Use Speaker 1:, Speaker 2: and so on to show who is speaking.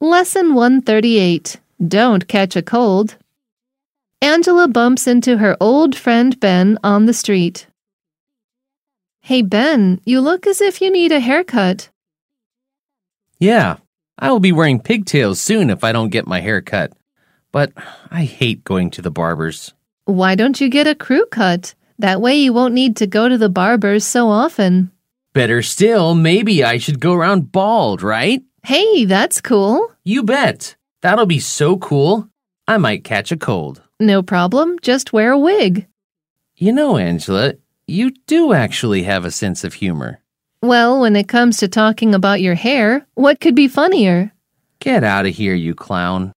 Speaker 1: Lesson 138 Don't Catch a Cold. Angela bumps into her old friend Ben on the street. Hey, Ben, you look as if you need a haircut.
Speaker 2: Yeah, I will be wearing pigtails soon if I don't get my hair cut. But I hate going to the barber's.
Speaker 1: Why don't you get a crew cut? That way you won't need to go to the barber's so often.
Speaker 2: Better still, maybe I should go around bald, right?
Speaker 1: Hey, that's cool.
Speaker 2: You bet. That'll be so cool. I might catch a cold.
Speaker 1: No problem, just wear a wig.
Speaker 2: You know, Angela, you do actually have a sense of humor.
Speaker 1: Well, when it comes to talking about your hair, what could be funnier?
Speaker 2: Get out of here, you clown.